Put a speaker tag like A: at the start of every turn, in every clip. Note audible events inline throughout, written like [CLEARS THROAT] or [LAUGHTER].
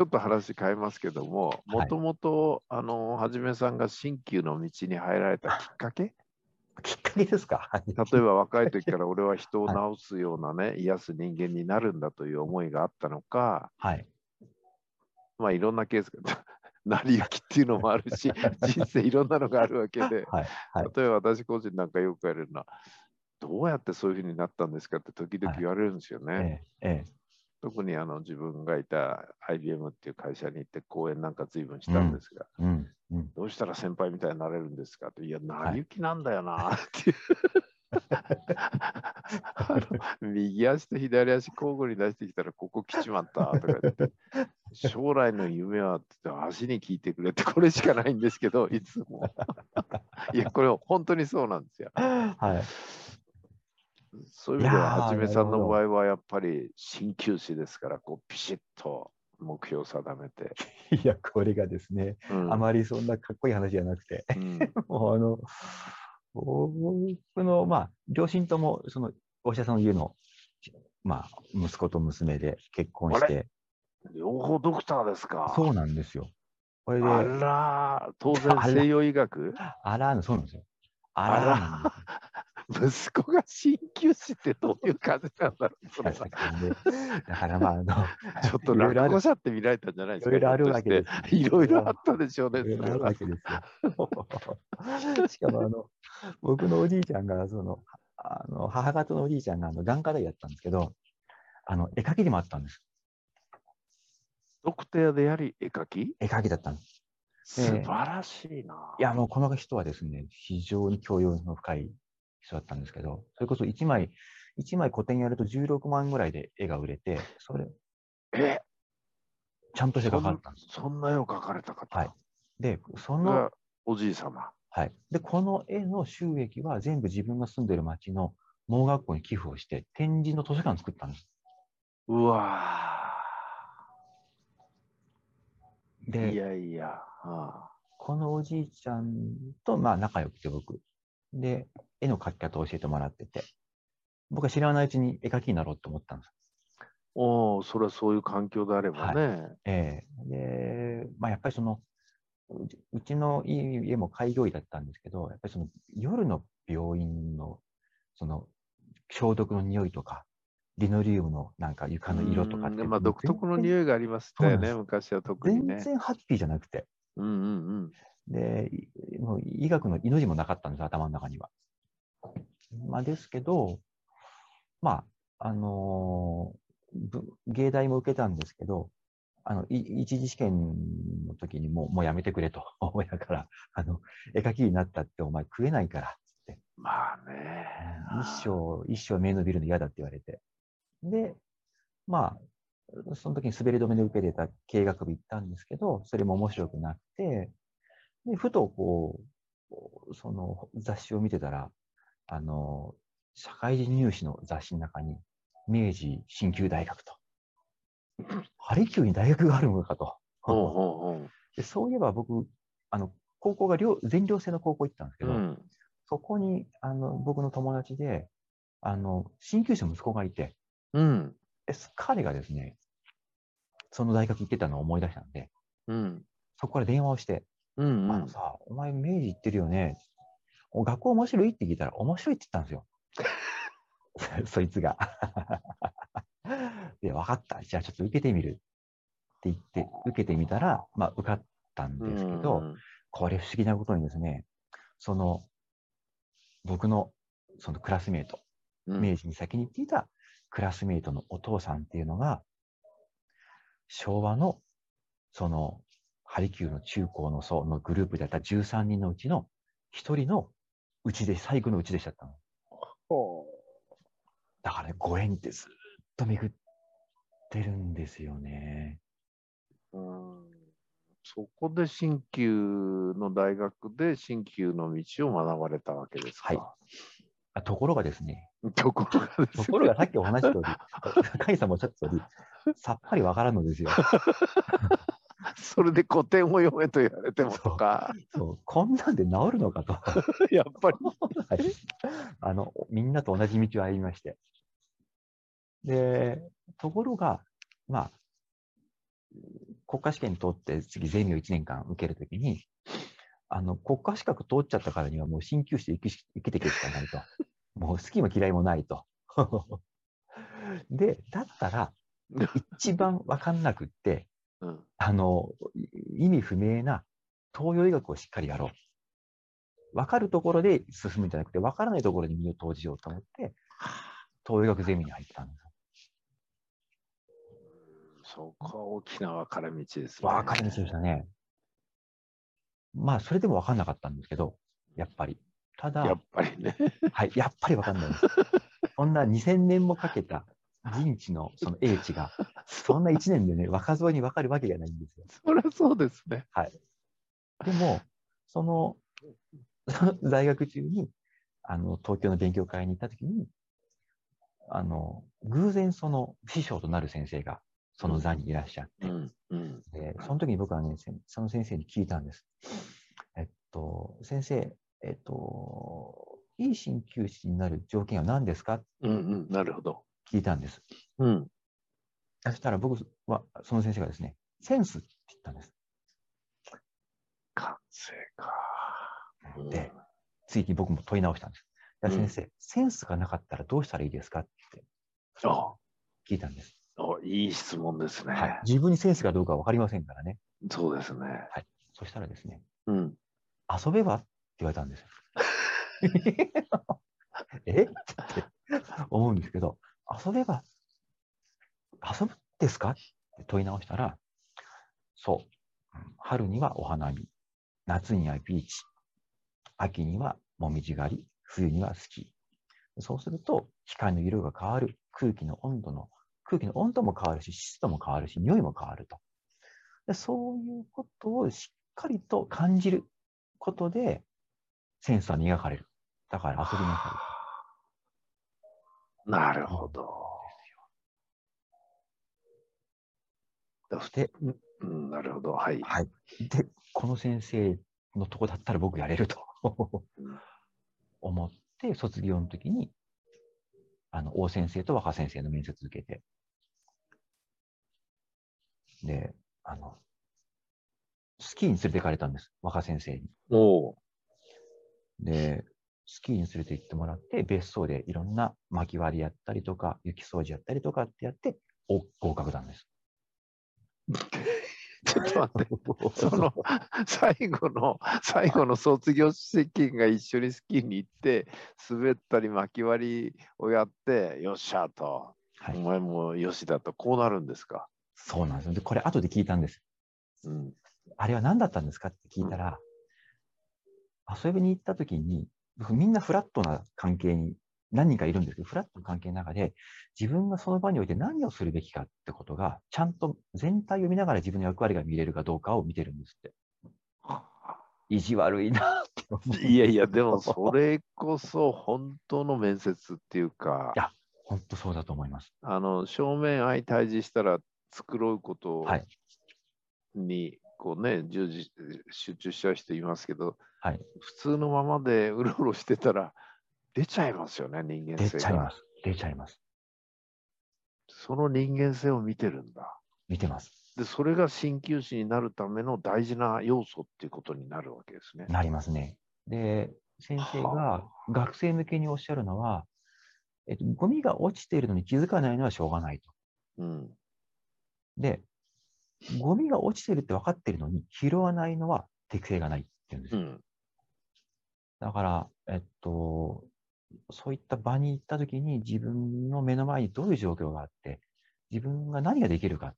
A: ょっと話変えますけども、もともと、あの、はじめさんが新旧の道に入られたきっか
B: [LAUGHS]
A: け、
B: きっかけですか。はい
A: 例えば若い時から俺は人を治すようなね、癒す人間になるんだという思いがあったのか、
B: はい。
A: まあいろんなケースが、 [LAUGHS] 成り行きっていうのもある
B: [LAUGHS]
A: し、人生いろんなのがあるわけで、
B: はい。はい。
A: 例えば私個人なんかよくやるのは、どうやってそういうふうになったんですかって時々言われるんですよね。
B: ええ。え
A: 特にあの自分がいた IBM っていう会社に行って講演なんか随分したんですが、
B: え。うん。うん。
A: どうしたら先輩みたいになれるんですかって、いや、成り行きなんだよ
B: [LAUGHS]
A: なっていう。あの右足と左足交互に出してきたらここ来ちまったとか言って将来の夢はって言って足に聞いてくれってこれしかないんですけどいつもいやこれ本当にそうなんですよ
B: はい。
A: そういう意味では、
B: いやー
A: はじめさん
B: なる
A: の
B: ほ
A: 場
B: ど
A: 合はやっぱり鍼灸師ですから、こうピシッと目標を定めて。
B: [LAUGHS] いや、これがですね、
A: うん
B: あまりそんなかっこいい話じゃなくて、 [LAUGHS]
A: うん
B: もうあの、僕の、まあ、両親とも、その、お医者さんの家の、まあ、息子と娘で結婚し
A: あ
B: て、
A: 両方ドクターですか。
B: そうなんですよ。これで、
A: あらー、当然
B: あら
A: 西洋医学
B: あらぬ、そうなんですよ。あ
A: あら
B: らぬなんですよ
A: [LAUGHS] 息子が鍼灸師ってどういう感じなんだろう。それ
B: だ
A: ち
B: からまあ、あ [LAUGHS] の、
A: ょっと落語者って見られたんじゃないですか。。
B: いろいろあるわけです
A: いろいろあったでしょうね。
B: いろい
A: そ
B: ろあ
A: れ
B: る
A: は
B: わけです [LAUGHS] よ。しかもあの、僕のおじいちゃんが、その、あの母方のおじいちゃんがあの眼科大やったんですけど、あの絵描きでもあったんです。
A: ドクターであり、絵描き
B: 絵描きだったんです。
A: 素晴らしいな。
B: いや、もうこの人はですね、非常に教養の深い人だったんですけど、それこそ1枚、一枚個展やると16万ぐらいで絵が売れて、それ、
A: え
B: ちゃんとして
A: そ
B: 描かれ
A: ん
B: たんです。
A: そんな絵を描かれた方、
B: はいで、その
A: がおじい様。
B: はい。で、この絵の収益は全部自分が住んでる町の盲学校に寄付をして、展示の図書館を作ったんです。
A: うわーい
B: で、
A: やいや、は
B: このおじいちゃんと、まあ、仲良くて僕。で、絵の描き方を教えてもらってて、僕は知らないうちに絵描きになろうと思ったんです。
A: おお、それはそういう環境であればね。
B: ええで、まあ、やっぱりその、うちうちの家も開業医だったんですけど、やっぱりその夜の病院の、その、消毒の匂いとか、リノリウムのなんか床の色とかっ
A: うん
B: て。
A: まあ、独特の
B: い。
A: 匂いがありましたよ
B: そうなんで
A: ね、
B: す
A: 昔は特に
B: 全
A: ね。
B: 然ハッピーじゃなくて。
A: うんうん
B: で、いもう医学の命もなかったんです、頭の中には。まあ、ですけど、まあ、あのーぶ芸大も受けたんですけど、あの、い一次試験の時にもう、もうやめてくれと、 [LAUGHS] 親から、あの、絵描きになったってお前食えないから、つって、
A: うん。まあね。
B: 一生、一生目伸びるの嫌だって言われて。で、まあ、その時に滑り止めで受けてた経営学部行ったんですけど、それも面白くなくて、で、ふとこう、その雑誌を見てたら、あの、社会人入試の雑誌の中に、明治新旧大学と、ハリキューに大学があるのかと。
A: ほうほう
B: でそういえば僕、あの、高校が寮全寮制の高校行ったんですけ
A: ほう。う
B: ど、
A: ん。
B: そこに、あの、僕の友達で、あの、鍼灸師の息子がいて、
A: うん。
B: で彼がですね、その大学行ってたのを思い出したんで、
A: うん。
B: そこから電話をして、
A: うんう
B: あ
A: ん
B: の。さ、お前明治行ってるよね。お学校面白いって聞いたら、面白いって言ったんですよ。 [LAUGHS] そいつが。 [LAUGHS] で、分かった。じゃあちょっと受けてみる。って言って、受けてみたら、まあ受かったんですけど、
A: うん
B: これ不思議なことにですね、その、僕の、そのクラスメート、
A: うん
B: 明治に先に行っていたクラスメートのお父さんっていうのが、昭和の、その、ハリキューの中高の層のグループだった13人のうちの1人のうちで、最後のうちでしちゃったの。だからね、ご縁ってずっと巡ってるんですよね。
A: うんそこで鍼灸の大学で鍼灸の道を学ばれたわけですか。
B: あところがですね、
A: ところがです
B: と
A: ね
B: ころがさっきお話しした [LAUGHS] 通り、高井さんもおっしゃった通り、さっぱりわからんのですよ。
A: それで古典を読めと言われてもとか、
B: そう、こんなんで治るのかと。は
A: やっぱり。
B: い。あの、みんなと同じ道を歩みまして。で、ところが、まあ、国家試験取って次ゼミを1年間受けるときに、あの、国家資格通っちゃったからにはもう鍼灸師で生きし生きていくしかないと。もう好きも嫌いもないと。 [LAUGHS] で、だったら、一番わかんなくって、
A: うん。
B: あの、い意味不明な東洋医学をしっかりやろう。わかるところで進むんじゃなくて、わからないところに身を投じようと思って、東洋医学ゼミに入ったんです。
A: そこは大きな分かれ道ですね。
B: わかりませんでしたね。まあ、それでもわかんなかったんですけど、やっぱり。ただ、
A: やっぱりね。
B: はい、やっぱりわかんないです。そんな2000年もかけた人知のその英知が、そんな1年でね、若造にわかるわけがないんですよ。
A: そりゃそうですね。
B: でも、その、 [LAUGHS] その在学中に、あの、東京の勉強会に行った時に、あの、偶然その師匠となる先生が、その座にいらっしゃって、
A: うん。うん。
B: で、その時に僕はね、せんその先生に聞いたんです。えっと、先生、えっと、いい鍼灸師になる条件は何ですか
A: うんうん。なるほど。
B: 聞いたんです。
A: うん。
B: そしたら僕は、その先生がですね、センスって言ったんです。
A: 完成か。うん
B: で、次に僕も問い直したんです。いや
A: うん
B: 先生、センスがなかったらどうしたらいいですかって
A: あ
B: 聞いたんです。
A: あ、いい質問ですね。
B: はい、自分にセンスがどうかわかりませんからね。
A: そうですね。
B: そしたらですね、
A: うん。
B: 遊べばって言われたんですよ。 [LAUGHS] えって思うんですけど、遊べば、遊ぶんですかって問い直したら、そう、うん春にはお花見、夏にはビーチ、秋にはもみじ狩り、冬にはスキー。そうすると、光の色が変わる、空気の温度の、空気の温度も変わるし、湿度も変わるし、匂いも変わると。でそういうことをしっかりと感じることで、センスは磨かれる。だから遊びなさい。
A: なるほど。だふ
B: で
A: うんうん、なるほど。はい。
B: はいで、この先生のとこだったら僕やれると思って、卒業の時に、あの、王先生と若先生の面接受けて、で、あの、スキーに連れて行かれたんです、若先生に。
A: おう
B: で、スキーに連れて行ってもらって、別荘でいろんな薪割りやったりとか、雪掃除やったりとかってやって、お合格なんです。
A: [LAUGHS] ちょっと待って。その最後の最後の卒業責任が一緒にスキーに行って滑ったり巻き割りをやってよっしゃと、
B: はい
A: お前もよしだとこうなるんですか、
B: そうなんですよ。で、これ後で聞いたんです。
A: うん、
B: あれは何だったんですかって聞いたら、遊びに行った時に、僕みんなフラットな関係に何人かいるんですけど、フラットな関係の中で、自分がその場において何をするべきかってことが、ちゃんと全体を見ながら自分の役割が見れるかどうかを見てるんですって。意地悪いなって思う。
A: [LAUGHS] いやいやで
B: [LAUGHS]
A: もそれこそ本当の面接っていうか
B: いや本当そうだと思います。
A: あの正面相対峙したら繕うこと
B: はい
A: にこうね従事集中しちゃう人いますけど、
B: はい
A: 普通のままでうろうろしてたら出ちゃいますよね人間
B: 出
A: 性
B: ちゃい
A: が
B: ま。す。出ちゃいます。
A: その人間性を見てるんだ。
B: 見てます。
A: で、それが鍼灸師になるための大事な要素っていうことになるわけですね。
B: なりますね。で、先生が
A: は
B: 学生向けにおっしゃるのは、えっと、ゴミが落ちているのに気づかないのはしょうがないと。
A: うん。
B: で、ゴミが落ちてるって分かってるのに拾わないのは適性がないって言うんです
A: う
B: よ。
A: ん。
B: だから、えっと、そういった場に行った時に自分の目の前にどういう状況があって、自分が何ができるかっ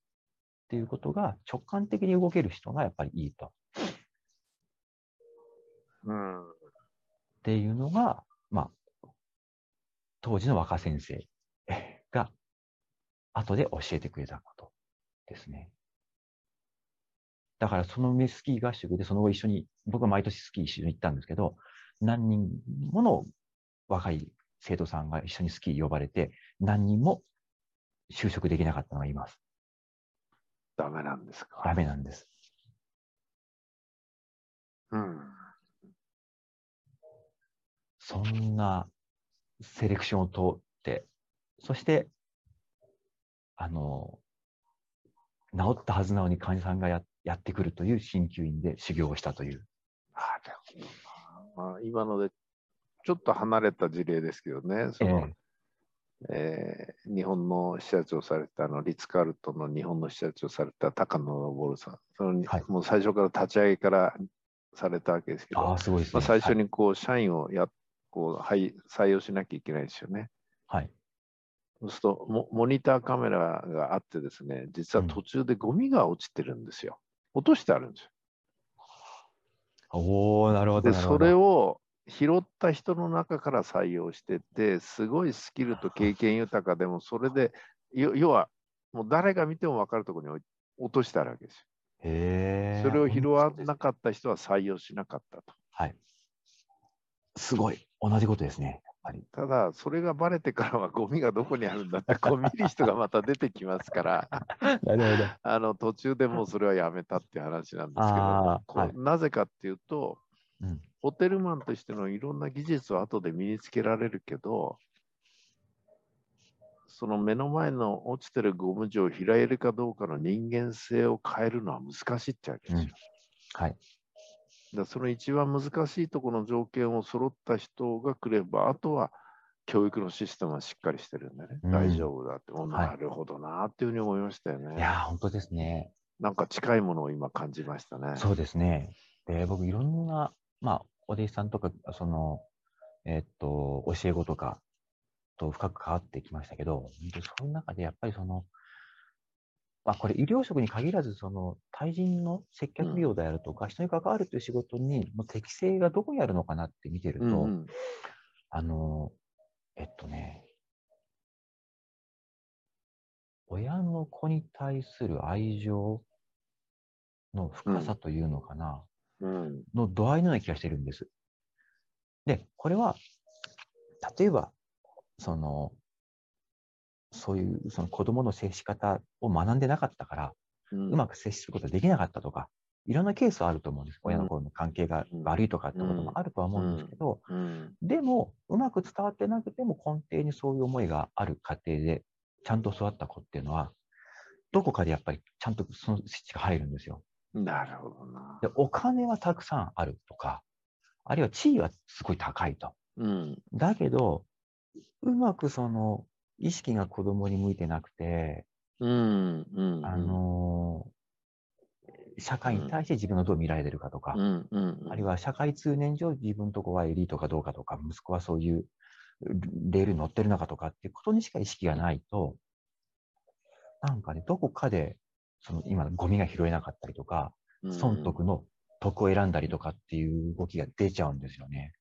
B: ていうことが直感的に動ける人がやっぱりいいと。
A: うん。
B: っていうのが、まあ、当時の若先生が後で教えてくれたことですね。だからその上スキー合宿でその後一緒に、僕は毎年スキー一緒に行ったんですけど、何人もの若い生徒さんが一緒にスキー呼ばれて、何人も就職できなかったのがいます。
A: ダメなんですか。
B: ダメなんです。
A: うん。
B: そんなセレクションを通って、そして、あの、治ったはずなのに患者さんがややってくるという鍼灸院で修行をしたという。
A: なるほどな。まあ、今ので、ちょっと離れた事例ですけどね、その、えー日本の支社長されたあの、リッツ・カールトンの日本の支社長された高野昇さん、その
B: はい
A: もう最初から立ち上げからされたわけですけど、
B: ああ、すごいですね。
A: まあ、最初
B: はい。
A: にこう社員をやこうはい採用しなきゃいけないですよね。
B: はい
A: そうするとモ、モニターカメラがあってですね、実は途中でゴミが落ちてるんですよ。落としてあるんですよ。
B: おおなるほ
A: で、
B: ど。なるほ
A: そ
B: ど
A: れを拾った人の中から採用してて、すごいスキルと経験豊かでも、それで、よ要は、もう誰が見ても分かるところに置い落としてあるわけです
B: へ
A: よ。
B: え。
A: それを拾わ
B: 本当です
A: なかった人は採用しなかったと。
B: はい。すごい。同じことです
A: [LAUGHS]
B: ね。やっぱり。
A: ただ、それがバレてからはゴミがどこにあるんだっ
B: [LAUGHS]
A: て、こう見る人がまた出てきますから、
B: なるほど。
A: あの途中でもうそれはやめたって話なんですけど、
B: ああ、
A: こ
B: はい。
A: うなぜかっていうと、
B: うん
A: ホテルマンとしてのいろんな技術は後で身につけられるけど、その目の前の落ちてるゴム錠を拾えるかどうかの人間性を変えるのは難しいっちゃうわけですよ。
B: はい。
A: だからその一番難しいところの条件を揃った人が来れば、あとは教育のシステムはしっかりしてるんでね、
B: うん
A: 大丈夫だって、お
B: はい
A: なるほどなっていうふうに思いましたよ
B: い
A: ね。
B: やー、本当ですね。
A: なんか近いものを今感じましたね。
B: そうですね。で、僕、いろんな、まあ、お弟子さんとか、その、えっと、教え子とかと深く関わってきましたけど、でその中でやっぱりその、まあ、これ医療職に限らず、その、対人の接客業であるとか、人に関わるという仕事に、もう適性がどこにあるのかなって見てると、
A: うんうん
B: あの、えっとね、親の子に対する愛情の深さというのかな、
A: うん
B: の度合いのような気がしてるんです。で、これは、例えば、その、そういうその子供の接し方を学んでなかったから、
A: うん
B: うまく接することができなかったとか、いろんなケースはあると思うんです。
A: うん
B: 親の子の関係が悪いとかってこともあるとは思うんですけど、
A: うん
B: でも、うまく伝わってなくても根底にそういう思いがある家庭で、ちゃんと育った子っていうのは、どこかでやっぱりちゃんとそのスイッチが入るんですよ。
A: なるほどな。
B: で、お金はたくさんあるとか、あるいは地位はすごい高いと。
A: うん
B: だけど、うまくその意識が子供に向いてなくて、
A: うんうん
B: あのー社会に対して自分がどう見られてるかとか
A: う、んうんうん
B: あるいは社会通念上自分とこはエリートかどうかとか、息子はそういうレールに乗ってるのかとかっていうことにしか意識がないと、なんかね、どこかで、その今ゴミが拾えなかったりとか、
A: うん
B: 損得の得を選んだりとかっていう動きが出ちゃうんですよね。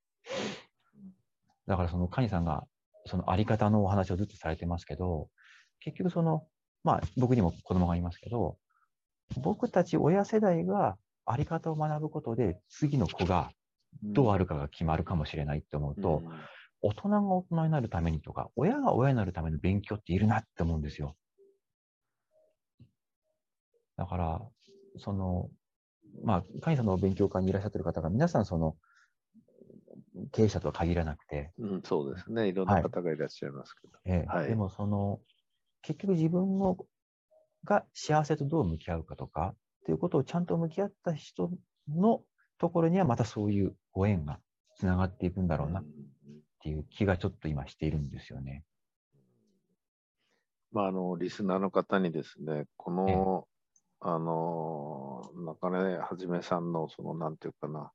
B: だからそのカニさんがそのあり方のお話をずっとされてますけど、結局その、まあ僕にも子供がいますけど、僕たち親世代があり方を学ぶことで次の子がどうあるかが決まるかもしれないって思うと、大人が大人になるためにとか、親が親になるための勉強っているなって思うんですよ。だから、その、まあ、会員さんの勉強会にいらっしゃってる方が、皆さんその、経営者とは限らなくて、
A: うんうんそうですね。いろんな方がいらっしゃいますけど。
B: ええ
A: はい
B: でもその、結局自分のが幸せとどう向き合うかとか、っていうことをちゃんと向き合った人のところには、またそういうご縁がつながっていくんだろうなっ
A: うん
B: ていう気がちょっと今しているんですよ
A: [LAUGHS]
B: ね。
A: まあ、あの、リスナーの方にですね、この、あの、中根はじめさんの、その、なんていうかな、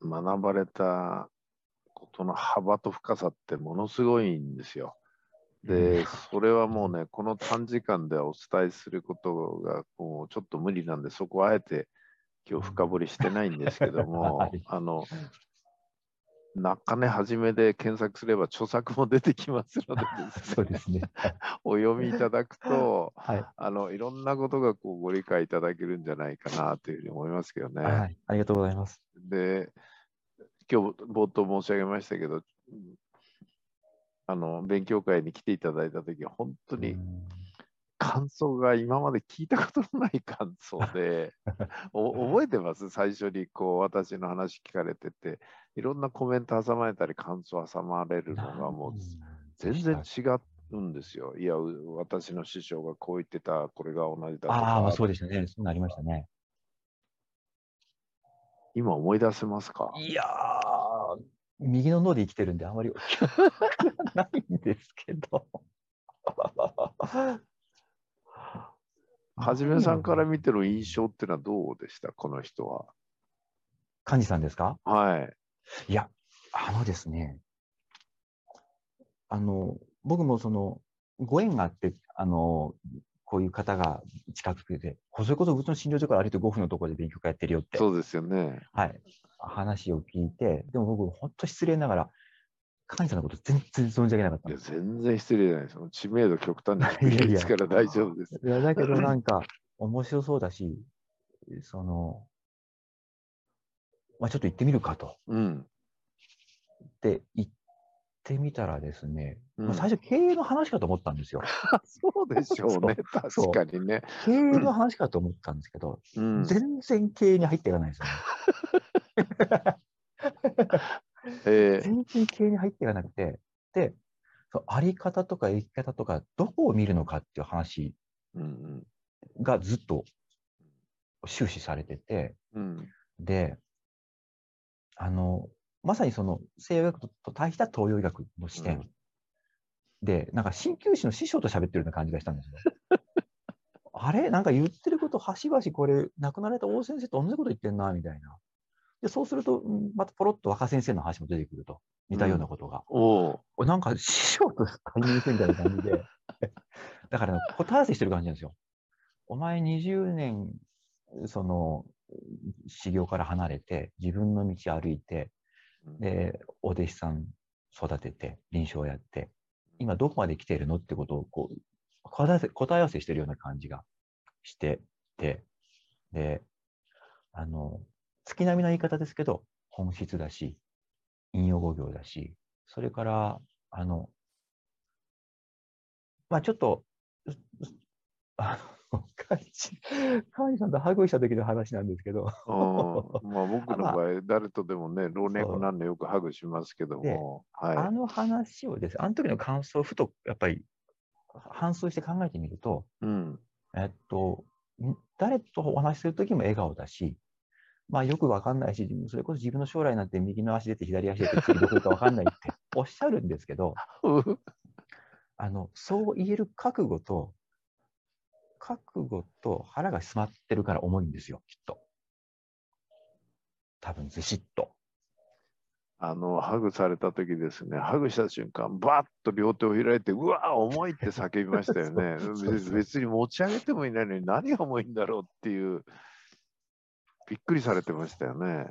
A: 学ばれたことの幅と深さってものすごいんですよ。で、それはもうね、この短時間ではお伝えすることが、こう、ちょっと無理なんで、そこはあえて今日深掘りしてないんですけど
B: [LAUGHS] は
A: も
B: い、
A: あの、中根はじめで検索すれば著作も出てきますので
B: [LAUGHS]
A: ですね
B: そうですね。
A: お読みいただくと、 [LAUGHS]
B: はい。
A: あのいろんなことがこうご理解いただけるんじゃないかなというふうに思いますけどね。
B: はい。ありがとうございます。
A: で、今日冒頭申し上げましたけど、あの勉強会に来ていただいたとき、本当に感想が今まで聞いたことのない感想
B: [LAUGHS]
A: で、お覚えてます最初にこう私の話聞かれてて、いろんなコメント挟まれたり、感想挟まれるのがもう全然違っるんですよ。いや、う私の師匠がこう言ってた、これが同じだと
B: ああ、まあ
A: か、
B: そうでしたね。そうなりましたね。
A: 今思い出せますか
B: いやー、右の脳で生きてるんで、あ
A: [LAUGHS]
B: まりないんですけど。
A: はじめさんから見ての印象ってのはどうでしたこの人は。
B: 幹事さんですか
A: はい。
B: いや、あのですね、あの、僕もその、ご縁があって、あの、こういう方が近くで、こそれこそうちの診療所から歩いて5分のところで勉強会やってるよって、
A: そうですよね。
B: はい、話を聞いて、でも僕、本当失礼ながら、幹事さんのこと全然存じ上げなかったん
A: い
B: で
A: や、
B: す。
A: 全然失礼じゃないです。知名度極端に低いですから大丈夫です。
B: いや、だけどなんか、 [LAUGHS] 面白そうだし、その、まあ、ちょっと行ってみるかと。
A: うん。
B: で、行ってみたらですね、
A: うん
B: まあ最初経営の話かと思ったんです [LAUGHS] よ。
A: そうでしょうね。
B: そう
A: 確かにね。
B: 経営の話かと思ったんですけど、
A: うん。
B: 全然経営に入っていかないんですよね。
A: えー
B: 全然経営に入っていかなくて、で、そのあり方とか生き方とか、どこを見るのかっていう話
A: うん
B: がずっと終始されてて、
A: うんうん
B: で、あの、まさにその西洋医学と対比した東洋医学の視点で、なんか鍼灸師の師匠と喋ってるような感じがしたんですよ。 [LAUGHS] あれなんか言ってること、端々これ、亡くなられた大先生と同じこと言ってんな、みたいな。で、そうすると、んまたポロッと若先生の話も出てくると、似たようなことが。
A: おう
B: おなんか師匠と対面してみたいな感じで、 [LAUGHS] だから、ね、答え合わせしてる感じなんですよ。お前20年、その、修行から離れて、自分の道歩いて、で、お弟子さん育てて、臨床やって、今どこまで来てるのってことを、こう、答え合わせ答え合わせしてるような感じがしてて、で、あの、月並みの言い方ですけど、本質だし、引用語行だし、それから、あの、まあちょっと、 [LAUGHS] ううあの、川西川西さんとハグした時の話なんですけど、
A: うんまあ僕の
B: まあ
A: 場合、誰とでもね、老若男女よくハグしますけども、
B: あ
A: は
B: の話をです、あの時の感想をふと、やっぱり、反芻して考えてみると、
A: い。うん。
B: えっと、ん誰とお話しするときも笑顔だし、まあよくわかんないし、自分それこそ自分の将来なんて右の足出て左足出て次どこ行くかわかんないって [LAUGHS] おっしゃるんです [LAUGHS] けど、あの、そう言える覚悟と、覚悟と腹が詰まってるから重いんですよ、きっと。多分ずしっと。
A: あの、ハグされた時ですね、ハグした瞬間、バッと両手を開いて、うわー、重いって叫びましたよね
B: [LAUGHS] そうそうそう
A: 別別に持ち上げてもいないのに何が重いんだろうっていう、びっくりされてましたよね。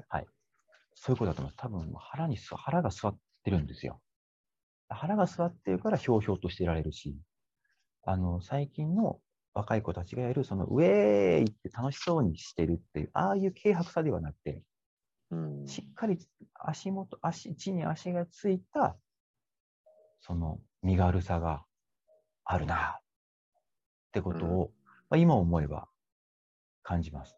B: そういうことだと思います。多分腹にす、腹が座ってるんですよ。腹が座ってるからひょうひょうとしていられるし、あの、最近の若い子たちがやる、その、ウェーイって楽しそうにしてるっていう、ああいう軽薄さではなくて、
A: うん、
B: しっかり足元、足、地に足がついた、その、身軽さがあるな、ってことを、まあ、今思えば感じます。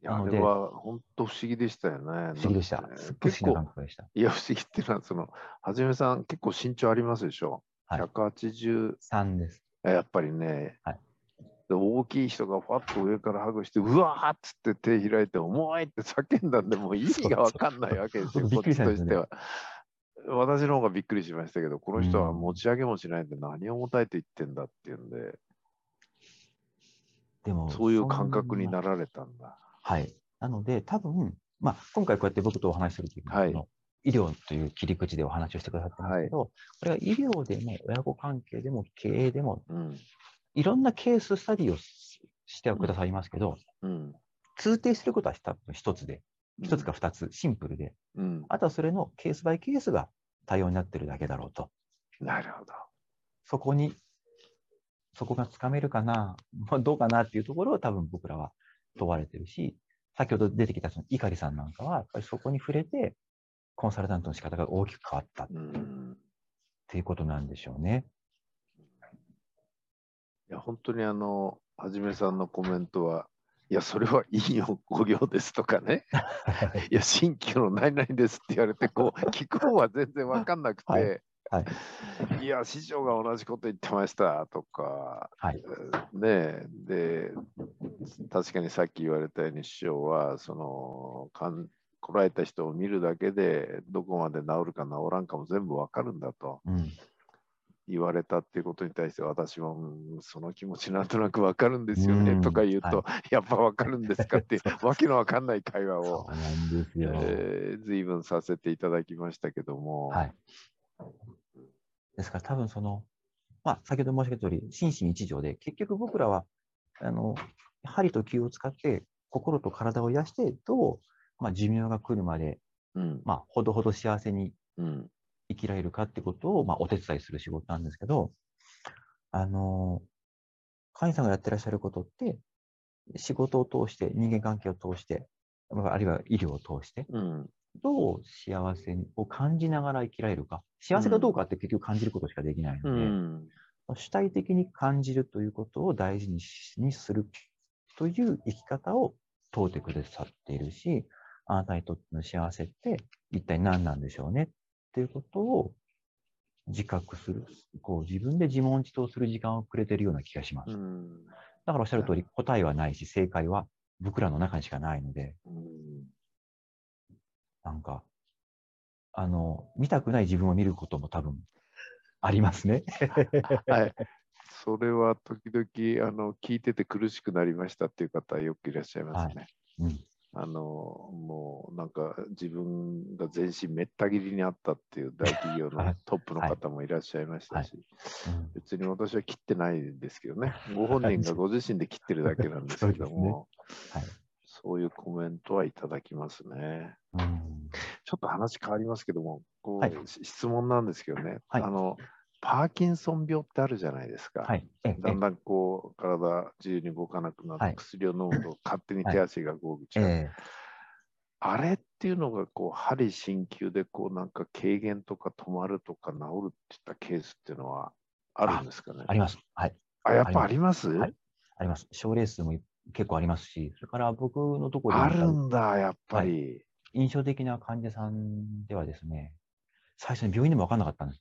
A: いや
B: な
A: あ
B: ので
A: れは本当不思議でしたよね。
B: 不思議でした
A: だっ。て
B: すっごい不
A: 結
B: 思議な
A: 構
B: 感、覚でした。
A: いや、不思議ってのは、その、はじめさん、結構身長ありますでしょ、
B: はい
A: ?180、
B: 3です。
A: やっぱりね、
B: はい
A: で大きい人がファッと上からハグして、うわーっつって手開いて、重いって叫んだんで、もう意味がわかんないわけですよ、
B: [LAUGHS] そうそうそうび
A: こっ
B: っく
A: ち
B: りしたんで
A: と
B: すよ
A: し
B: ね
A: ては。私の方がびっくりしましたけど、この人は
B: うん
A: 持ち上げもしないんで、何を重たいって言ってんだっていうんで、
B: でも、
A: そういう感覚に
B: る。
A: なられたんだ。
B: はい。なので、多分、まあ、今回こうやって僕とお話しするときに、
A: はい
B: その医療という切り口でお話をしてくださったんですけど、これは医療でも親子関係でも経営でも、
A: うん。
B: いろんなケーススタディをししてはくださいますけど、
A: うん。
B: 通底してることは多分一つで、一つか二つ、シンプルで、
A: うん。
B: あとはそれのケースバイケースが対応になってるだけだろうと。
A: なるほど。
B: そこに、そこがつかめるかな、 [LAUGHS] まあ、どうかなっていうところを多分僕らは問われてるし、先ほど出てきたその碇さんなんかは、やっぱりそこに触れて、コンサルタントの仕方が大きく変わったっ
A: うん。
B: ていうことなんでしょうね。
A: いや、本当にあの、はじめさんのコメントは、いや、それは引用語行ですとかね、いや、新旧の何々ですって言われて、こう、聞く方は全然わかんなくて、
B: はいはい。
A: いや、師匠が同じこと言ってましたとか、
B: [LAUGHS] はい
A: ねえで、確かにさっき言われたように、師匠は、その、かんこらえた人を見るだけで、どこまで治るか治らんかも全部わかるんだと
B: うん。
A: 言われたっていうことに対して、私も、うんその気持ちなんとなくわかるんですよね
B: うん
A: とか言うと、やっぱわかるんですかって、わけのわかんない会話を
B: そ。うなんですよ。
A: えー、随分させていただきましたけども、
B: はい。ですから多分その、まあ、先ほど申し上げた通り、心身一条で、結局僕らは、あの、針と球を使って、心と体を癒して、どう、まあ、寿命が来るまで、
A: うん
B: まあ、ほどほど幸せに
A: うん
B: 生きられるかってことを、まあ、お手伝いする仕事なんですけど、あの、会員さんがやってらっしゃることって、仕事を通して、人間関係を通して、まああるいは医療を通して、
A: うん、
B: どう幸せを感じながら生きられるか。幸せかどうかって結局感じることしかできないの
A: う
B: で、
A: ん
B: 主体的に感じるということを大事にしにするという生き方を問うてくださっているし、あなたにとっての幸せって一体何なんでしょうねっていうことを自覚する、こう自分で自問自答する時間をくれてるような気がします。
A: う
B: だ
A: ん
B: からおっしゃる通り答えはないし正解は僕らの中にしかないので、
A: うん
B: なんか、あの、見たくない自分を見ることも多分ありますね。
A: はい、それは時々あの聞いてて苦しくなりましたっていう方よくいらっしゃいますね。
B: うん。
A: あのもうなんか自分が全身めった切りにあったっていう大企業
B: は
A: の
B: い
A: トップの方もいらっしゃいましたし、
B: うん
A: 別に私は切ってないんですけどね、ご本人がご自身で切ってるだけなんですけども、
B: そうですねはい
A: そういうコメントはいただきますね。
B: うん
A: ちょっと話変わりますけども、こう
B: はい
A: し質問なんですけどね、
B: はい
A: あの、パーキンソン病ってあるじゃないですか。
B: はい。ええ、
A: だんだんこう、体自由に動かなくなって、
B: はい
A: 薬を飲むと勝手に手足が動く
B: え
A: ち
B: え
A: ゃう、
B: え
A: あれっていうのが、こう、針鍼灸で、こう、なんか軽減とか止まるとか治るっていったケースっていうのはあるんですかね
B: え。あります。はい。
A: あ、やっぱあります
B: はいあります。賞レースも結構ありますし、それから僕のところで
A: あ
B: 見た
A: るんだ、やっぱり。
B: 印象的な患者さんではですね、最初に病院でも分かんなかったんです。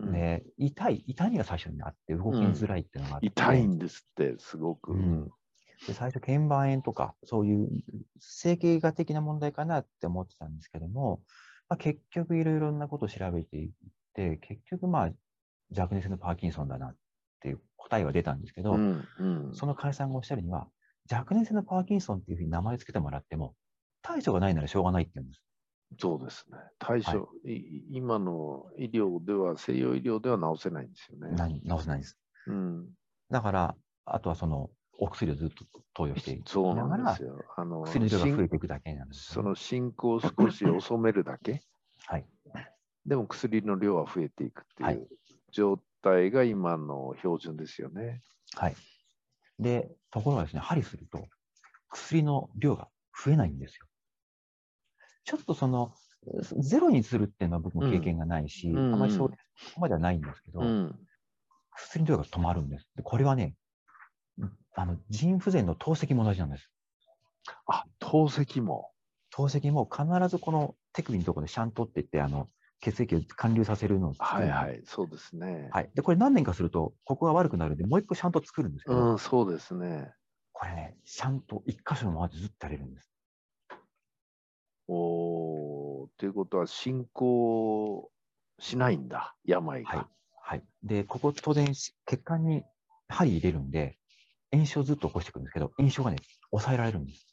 A: うん
B: ね、痛い、痛みが最初にあって、動きづらいっていうのがあって、
A: 痛いんですって、すごく。
B: うんで最初、鍵盤炎とか、そういう整形外的な問題かなって思ってたんですけども、まあ、結局いろいろなことを調べていって、結局まあ、若年性のパーキンソンだなっていう答えは出たんですけど、
A: うんうん
B: その患者さんがおっしゃるには、若年性のパーキンソンっていうふうに名前つけてもらっても、対処がないならしょうがないって言うんです。
A: そうですね。対処、い今の医療では、西洋医療では治せないんですよね。
B: 何治せないんです。
A: うん、
B: だから、あとはその、お薬をずっと投与していき
A: そう
B: な
A: な
B: が
A: んで
B: ら
A: す、よ。あの
B: 薬の量が増え
A: 進
B: ていくだけなんです
A: そ
B: よね。
A: の進行を少し遅めるだけ。
B: [LAUGHS] はい。
A: でも薬の量は増えていくって
B: はいいう
A: 状態が今の標準ですよね。
B: はい。で、ところがですね、針すると、薬の量が増えないんですよ。ちょっとその、ゼロにするっていうのは僕も経験がないし、
A: うん
B: あまりそうう、そこまではないんですけど、
A: うん。
B: 薬の量が止まるんです。でこれはね、あの、腎不全の透析も同じなんです。
A: あ、透析も。
B: 透析も必ずこの手首のところでシャントって言って、あの、血液を貫流させるのを作
A: は
B: る
A: い
B: の
A: はい、そうですね。
B: はい。で、これ何年かすると、ここが悪くなるんで、もう一個シャント作るんですけど、
A: うん、そうですね。
B: これね、シャント一箇所のままでずっとやれるんです。
A: おーということは進行しないんだ、病が。
B: はい。はい。で、ここ当然し、血管に針入れるんで、炎症ずっと起こしてくるんですけど、炎症がね、抑えられるんです。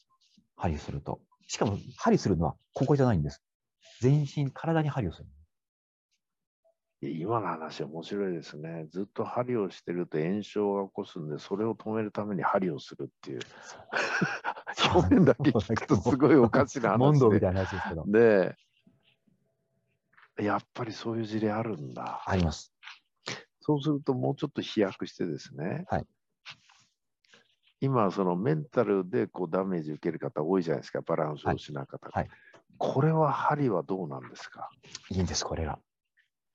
B: 針すると。しかも、針するのはここじゃないんです。全身、体に針をする。
A: いや今の話面白いですね。ずっと針をしてると炎症が起こすんで、それを止めるために針をするっていう。表面だけ聞くとすごいおかしな話で。
B: [LAUGHS] 問答みたいな話ですけど。
A: で、やっぱりそういう事例あるんだ。
B: あります。
A: そうするともうちょっと飛躍してですね。
B: はい
A: 今、そのメンタルでこうダメージ受ける方多いじゃないですか、バランスを失う方が、
B: はい
A: これは針はどうなんですか
B: いいんです、これが。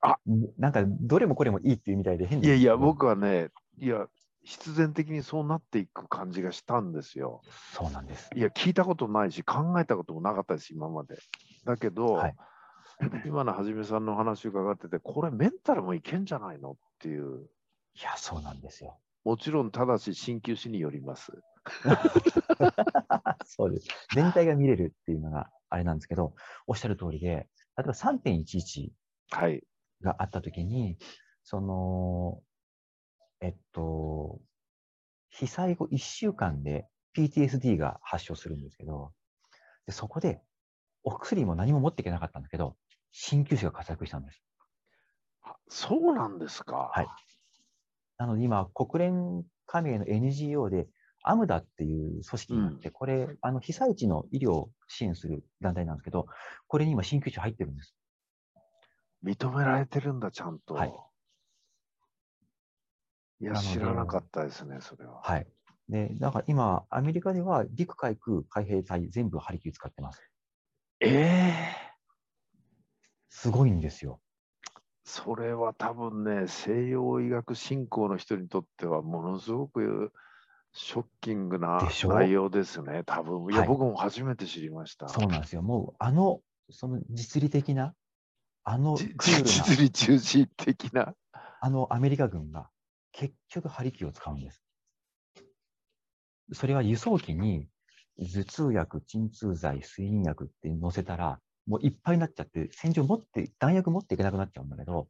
A: あ
B: なんか、どれもこれもいいっていうみたいで変
A: い
B: です
A: や
B: けど
A: いや、。僕はね、いや、必然的にそうなっていく感じがしたんですよ。
B: そうなんです。
A: いや、聞いたことないし、考えたこともなかったです、今まで。だけど、
B: はい
A: 今のはじめさんの話伺ってて、これメンタルもいけんじゃないのっていう。
B: いや、そうなんで
A: [LAUGHS]
B: すよ。
A: もちろん、ただし、鍼灸師によります。
B: そうです。全体が見れるっていうのがあれなんですけど、おっしゃる通りで、例えば3.11
A: はい。
B: があったときに、その、えっと、被災後1週間で PTSD が発症するんですけど、でそこでお薬も何も持っていけなかったんだけど、鍼灸師が活躍したんです。
A: あそうなんですか。
B: はいなので今、国連加盟の NGO で、アムダっていう組織があって、これ、あの被災地の医療を支援する団体なんですけど、これに今、鍼灸師入ってるんです。
A: 認められてるんだ、ちゃんと。
B: はい
A: い、や、
B: なので
A: 知らなかったですね、それは。
B: はい。で、だから今、アメリカでは陸海空海兵隊全部ハリキュー使ってます。
A: ええ
B: すごいんですよ。
A: それは多分ね、西洋医学信仰の人にとっては、ものすごくショッキングな
B: でしょう
A: 内容ですね、多分いや、
B: はい
A: 僕も初めて知りました。
B: そうなんですよ。もう、あの、その実利的な、あのク
A: じ
B: ール
A: 実利中心的な。
B: な、あのアメリカ軍が、結局ハリキューを使うんです。それは輸送機に、頭痛薬、鎮痛剤、睡眠薬って乗せたら、もういっぱいになっちゃって、戦場持って、弾薬持っていけなくなっちゃうんだけど、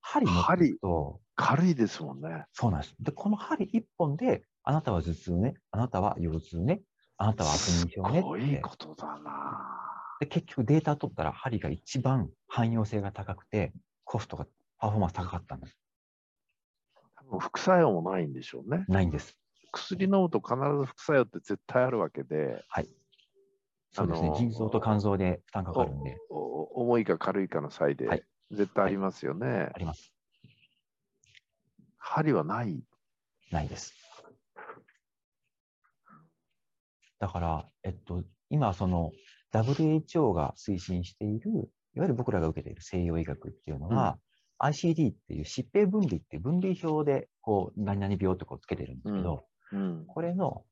B: 針持っていくと、
A: 軽いですもんね。
B: そうなんです。で、この針一本で、あなたは頭痛ね、あなたは腰痛ね、あなたは悪
A: す
B: 眠症ね
A: ご
B: っ
A: い
B: て
A: ことだな。
B: で、結局データ取ったら針が一番汎用性が高くて、コストが、パフォーマンス高かったんです。
A: 多分副作用もないんでしょうね。
B: ないんです。
A: 薬飲むと必ず副作用って絶対あるわけで、
B: そうです
A: あ
B: ね
A: の。ー
B: 腎臓と肝臓で負担かかるんで、
A: おお重いか軽いかの際
B: は
A: で
B: い
A: 絶対ありますよね。
B: あります。
A: 針はない。
B: ないです。だから、えっと、今、その、WHO が推進している、いわゆる僕らが受けている西洋医学っていうのは、ICD っていう疾病分類っていう分類表で、こう、何々病とかをつけてるんですけど、
A: うん。
B: これの、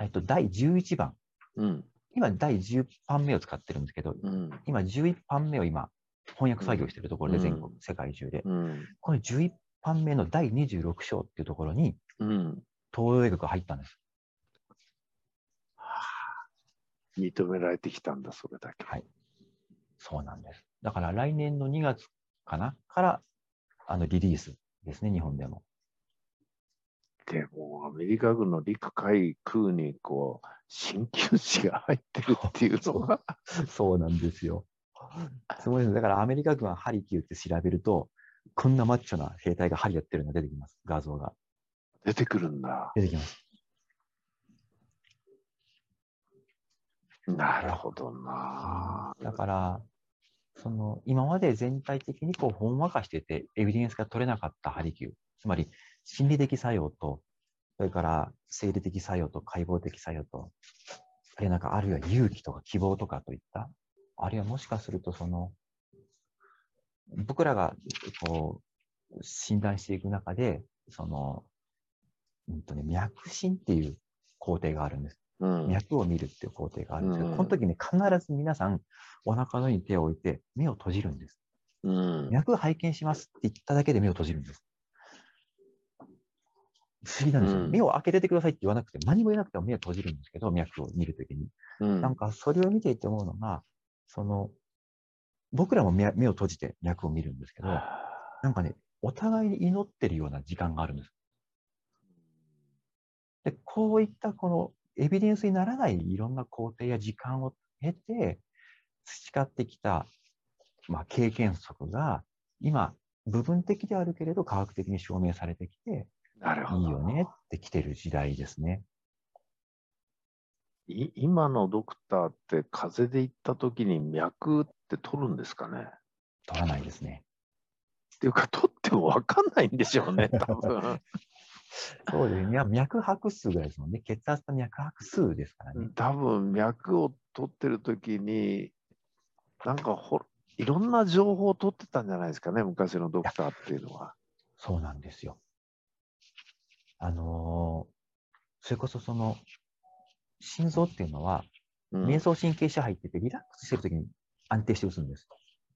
B: えっと、第11番、
A: うん。
B: 今、第10番目を使ってるんですけど、
A: うん。
B: 今、11番目を今、翻訳作業してるところで、
A: うん
B: 全国、世界中で。
A: うん。
B: この11番目の第26章っていうところに、
A: うん。
B: 東洋医学が入ったんです。
A: 認められてきたんだ、それだけ。
B: はいそうなんです。だから来年の2月かなから、あの、リリースですね、日本でも。 [LAUGHS]
A: でも、アメリカ軍の陸海空に、こう、鍼灸師が入ってるっていうのが、
B: そうなんですよ。すごいです。だからアメリカ軍はハリキューって調べると、こんなマッチョな兵隊がハリやってるのが出てきます。画像が。
A: 出てくるんだ。
B: 出てきます。
A: なるほどな。
B: だから、その、今まで全体的にこう、ほんわかしてて、エビデンスが取れなかったハリキュー。つまり、心理的作用と、それから生理的作用と解剖的作用と、あるいはなんか、あるいは勇気とか希望とかといった、あるいはもしかすると、その、僕らが、こう、診断していく中で、その、うんとね、脈診っていう工程があるんです。
A: うん。
B: 脈を見るっていう工程があるんですけど、
A: うん
B: この時ね、必ず皆さん、お腹の上に手を置いて、目を閉じるんです。
A: うん。
B: 脈拝見しますって言っただけで目を閉じるんです。不思議なんですよ、
A: うん
B: 目を開けててくださいって言わなくて、何も言わなくても目を閉じるんですけど、脈を見るときに。
A: うん
B: なんか、それを見ていて思うのが、その、僕らも目目を閉じて脈を見るんですけど、なんかね、お互いに祈ってるような時間があるんです。で、こういったこのエビデンスにならないいろんな工程や時間を経て、培ってきた、まあ、経験則が、今、部分的ではあるけれど、科学的に証明されてきて、
A: なるほ
B: い
A: ど。
B: いよねってきてる時代ですね。
A: い今のドクターって、風邪で行った時に脈って取るんですかね
B: 取らないですね。
A: っていうか、取っても分かんないんでしょうね、多分
B: そうですね。いや脈拍数ぐらいですもんね。血圧と脈拍数ですからね。
A: 多分脈を取ってる時に、なんかほいろんな情報を取ってたんじゃないですかね、昔のドクターっていうのは。
B: そうなんですよ。あのーそれこそその、心臓っていうのは、
A: うん
B: 瞑想神経支配って言って、リラックスしてるときに安定して打つんです。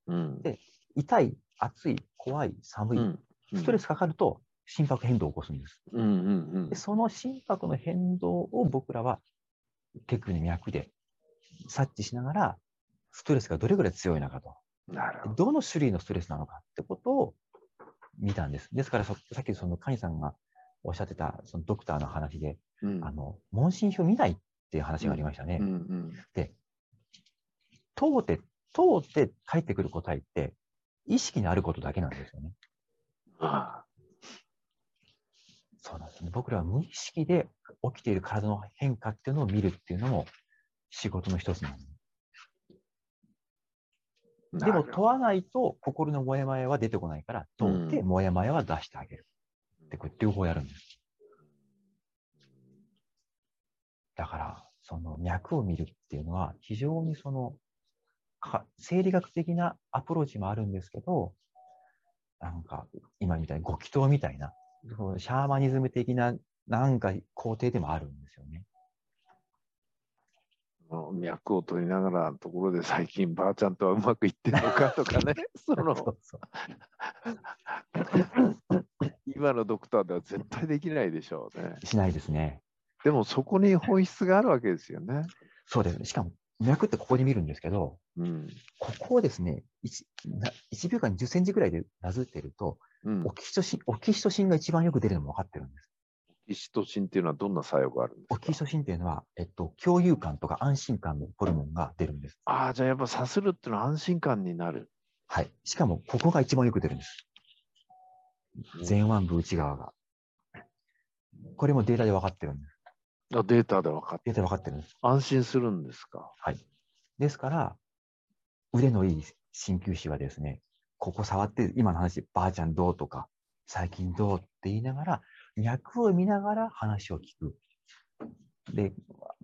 A: うん
B: で痛い、暑い、怖い、寒
A: う
B: い、
A: んうん
B: ストレスかかると心拍変動を起こすんです。
A: うんうん
B: でその心拍の変動を僕らは手首の脈で察知しながら、ストレスがどれぐらい強いのかと、
A: うんなるほど。
B: どの種類のストレスなのかってことを見たんです。ですからそさっきそのカニさんがおっしゃってたそのドクターの話で、
A: うん
B: あの問診票見ないっていう話がありましたね。
A: うんうん
B: 問うて、問うて返ってくる答えって、意識のあることだけなんですよね。
A: あ
B: そうなんですね。僕らは無意識で起きている体の変化っていうのを見るっていうのも仕事の一つなんです。
A: ー
B: でも
A: なるほ
B: 問わないと心のモヤモヤは出てこないから、問って
A: うん
B: モヤモヤは出してあげる。
A: ど
B: で、これ両方やるんです。だから、その脈を見るっていうのは非常にその、か生理学的なアプローチもあるんですけど、なんか今みたいにご祈祷みたいな、そのシャーマニズム的ななんか工程でもあるんですよね。
A: あの脈を取りながらのところで最近ばあちゃんとはうまくいってんのかとか
B: [LAUGHS]
A: ねその
B: そうそう
A: 今のドクターでは絶対できないでしょうね
B: しないですね。
A: でもそこに本質があるわけですよね
B: そうですね。しかも脈ってここで見るんですけど、
A: うん
B: ここをですね、1, な1秒間に10センチぐらいでなぞってると、
A: うん
B: オキシトシン、オキシトシンが一番よく出るのも分かってるんです。
A: オキシトシンっていうのはどんな作用があるんですか
B: オキシトシンっていうのは、えっと、共有感とか安心感のホルモンが出るんです。
A: ああじゃあやっぱさするっていうのは安心感になる
B: はい。しかも、ここが一番よく出るんです。前腕部内側が。これもデータで分かってるんです。
A: あデータで分かって
B: データで分かってるんです。
A: 安心するんですか
B: ですから、腕のいい鍼灸師はですね、ここ触って、今の話、ばあちゃんどうとか、最近どうって言いながら、脈を見ながら話を聞く。で、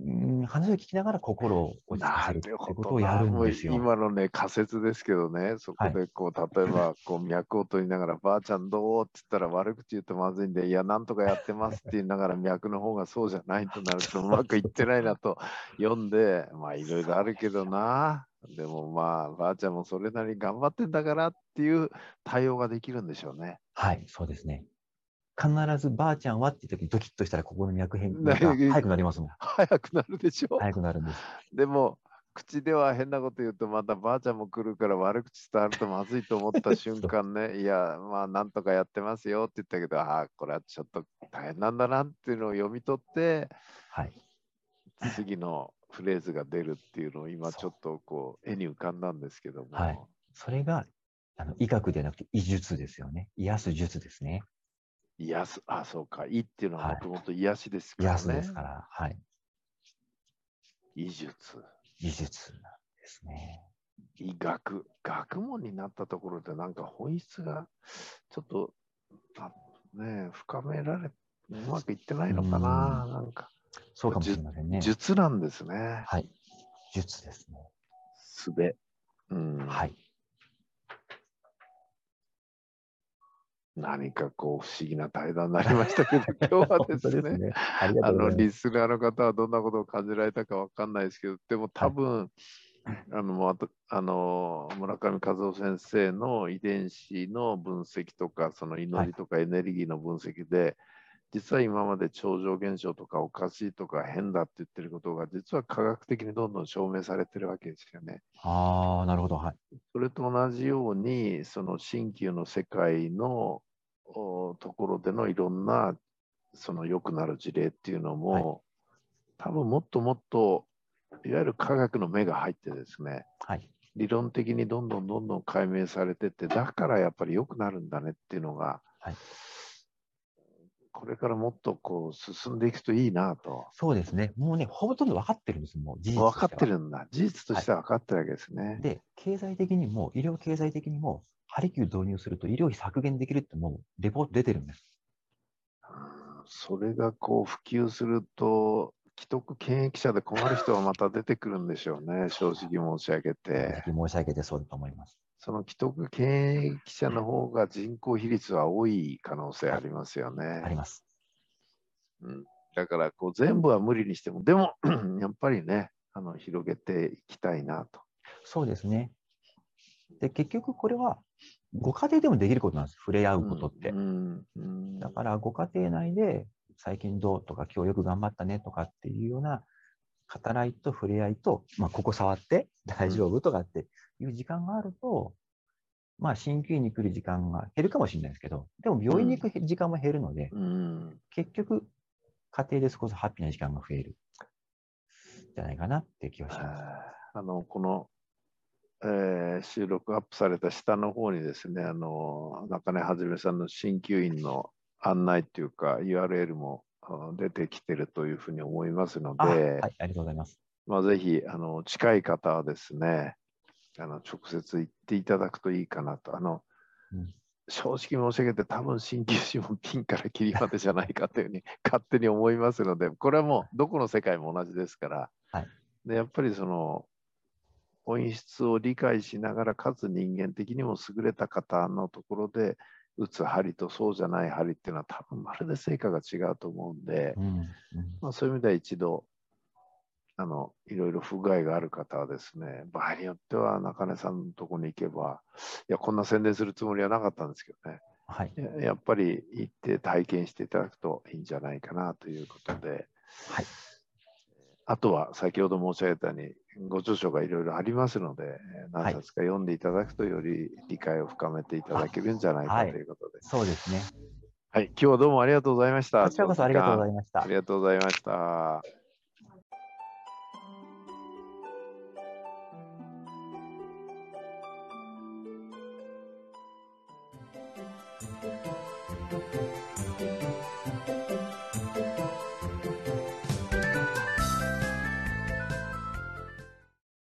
B: うん話を聞きながら心を落ち着かせるってことをやるんですよ。
A: なるほどなもう今のね仮説ですけどねそこでこう、例え [LAUGHS] ばこう脈を取りながら「ばあちゃんどう?」って言ったら悪口言うとまずいんで「いやなんとかやってます」って言いながら脈の方がそうじゃないとなるとうまくいってないなと読んでまあいろいろあるけどなでもまあばあちゃんもそれなりに頑張ってんだからっていう対応ができるんでしょうね。
B: はい、そうですね。必ずばあちゃんはっていう時にドキッとしたら、ここの脈変化
A: ね
B: が早くなりますもん。
A: [LAUGHS] 早くなるでしょ
B: 早くなるんです。
A: でも口では変なこと言うとまたばあちゃんも来るから悪口伝わるとまずいと思った瞬間
B: [LAUGHS]
A: ねいやまあなんとかやってますよって言ったけどああこれはちょっと大変なんだなっていうのを読み取って
B: はい。
A: 次のフレーズが出るっていうのを今ちょっとこう絵に浮かんだんですけども、
B: はいそれが、あの医学ではなくて医術ですよね。癒す術ですね。
A: 癒すあそうかいいっていうのは
B: は
A: も
B: い
A: ともと癒しですか
B: 癒
A: ら
B: すで
A: ね
B: すから。はい。
A: 医術
B: 技術なんですね。
A: 医学学問になったところでなんか本質がちょっとあねえ深められうまくいってないのかな、
B: うん
A: なんか
B: そうかもしれませんね。
A: 術なんですね
B: はい。術ですね。
A: すべ、うん
B: はい。
A: 何かこう不思議な対談になりましたけど今日はですね
B: あり
A: あ
B: がとう
A: の
B: ございます。
A: リスナーの方はどんなことを感じられたかわかんないですけどでも多分、あのまたあの村上和夫先生の遺伝子の分析とかその祈りとかエネルギーの分析で、実は今まで超常現象とかおかしいとか変だって言ってることが実は科学的にどんどん証明されてるわけですよね。
B: ああ、なるほど。はい。
A: それと同じように、その鍼灸の世界のおところでのいろんなその良くなる事例っていうのも、
B: はい
A: 多分もっともっといわゆる科学の目が入ってですね、
B: はい。
A: 理論的にどんどんどんどん解明されてって、だからやっぱり良くなるんだねっていうのが、
B: はい
A: これからもっとこう進んでいくといいなと。
B: そうですね。もうね、ほとんど分かってるんです。もう事実としては
A: 分かってるんだ。事実としては分かってるわけですね。
B: で、経済的にも、医療経済的にも、ハリキュー導入すると医療費削減できるってもうレポート出てるんです。
A: うんそれがこう普及すると、既得権益者で困る人はまた出てくるんでしょうね、
B: [LAUGHS]
A: 正直申し上げて。
B: 正直申し上げてそうだと思います。
A: その既得権益者の方が人口比率は多い可能性ありますよ
B: あり
A: ね。
B: ます。
A: うん、だからこう全部は無理にしても、でも [CLEARS THROAT] やっぱりね、あの広げていきたいなと。
B: そうですね。で、結局これはご家庭でもできることなんです。触れ合うことって
A: う。んうん
B: だからご家庭内で最近どうとか今日よく頑張ったねとかっていうような語らいと触れ合いと、まあ、ここ触って大丈夫とかっていう時間があると、まあ鍼灸院に来る時間が減るかもしれないですけど、でも病院に行く時間も減るので、
A: うん
B: 結局家庭で少しハッピーな時間が増える。じゃないかなって気はします。
A: あのこの、えー収録アップされた下の方にですね、あの中根はじめさんの鍼灸院の案内というか、URL もあの出てきてるというふうに思いますので、
B: あ、はい、ありがとうございます。
A: まあ、ぜひあの近い方はですねあの、直接行っていただくといいかなと。あの
B: うん
A: 正直申し上げて、多分鍼灸師もピンからキリまでじゃないかというふうに [LAUGHS] 勝手に思いますので、これはもうどこの世界も同じですから、
B: はい
A: でやっぱりその本質を理解しながら、かつ人間的にも優れた方のところで、打つ針とそうじゃない針っていうのは、多分まるで成果が違うと思うんで、
B: うん、うん
A: まあ、そういう意味では一度あのいろいろ不具合がある方はですね場合によっては中根さんのとこに行けばいやこんな宣伝するつもりはなかったんですけどね
B: はい、
A: ややっぱり行って体験していただくといいんじゃないかなということで、
B: はい
A: あとは先ほど申し上げたようにご著書がいろいろありますので何冊か読んでいただくとより理解を深めていただけるんじゃないか
B: はい
A: ということで、
B: そうですね。
A: はい今日はどうもありがとうございました。
B: こちらこそありがとうございました
A: あ。りがとうございました。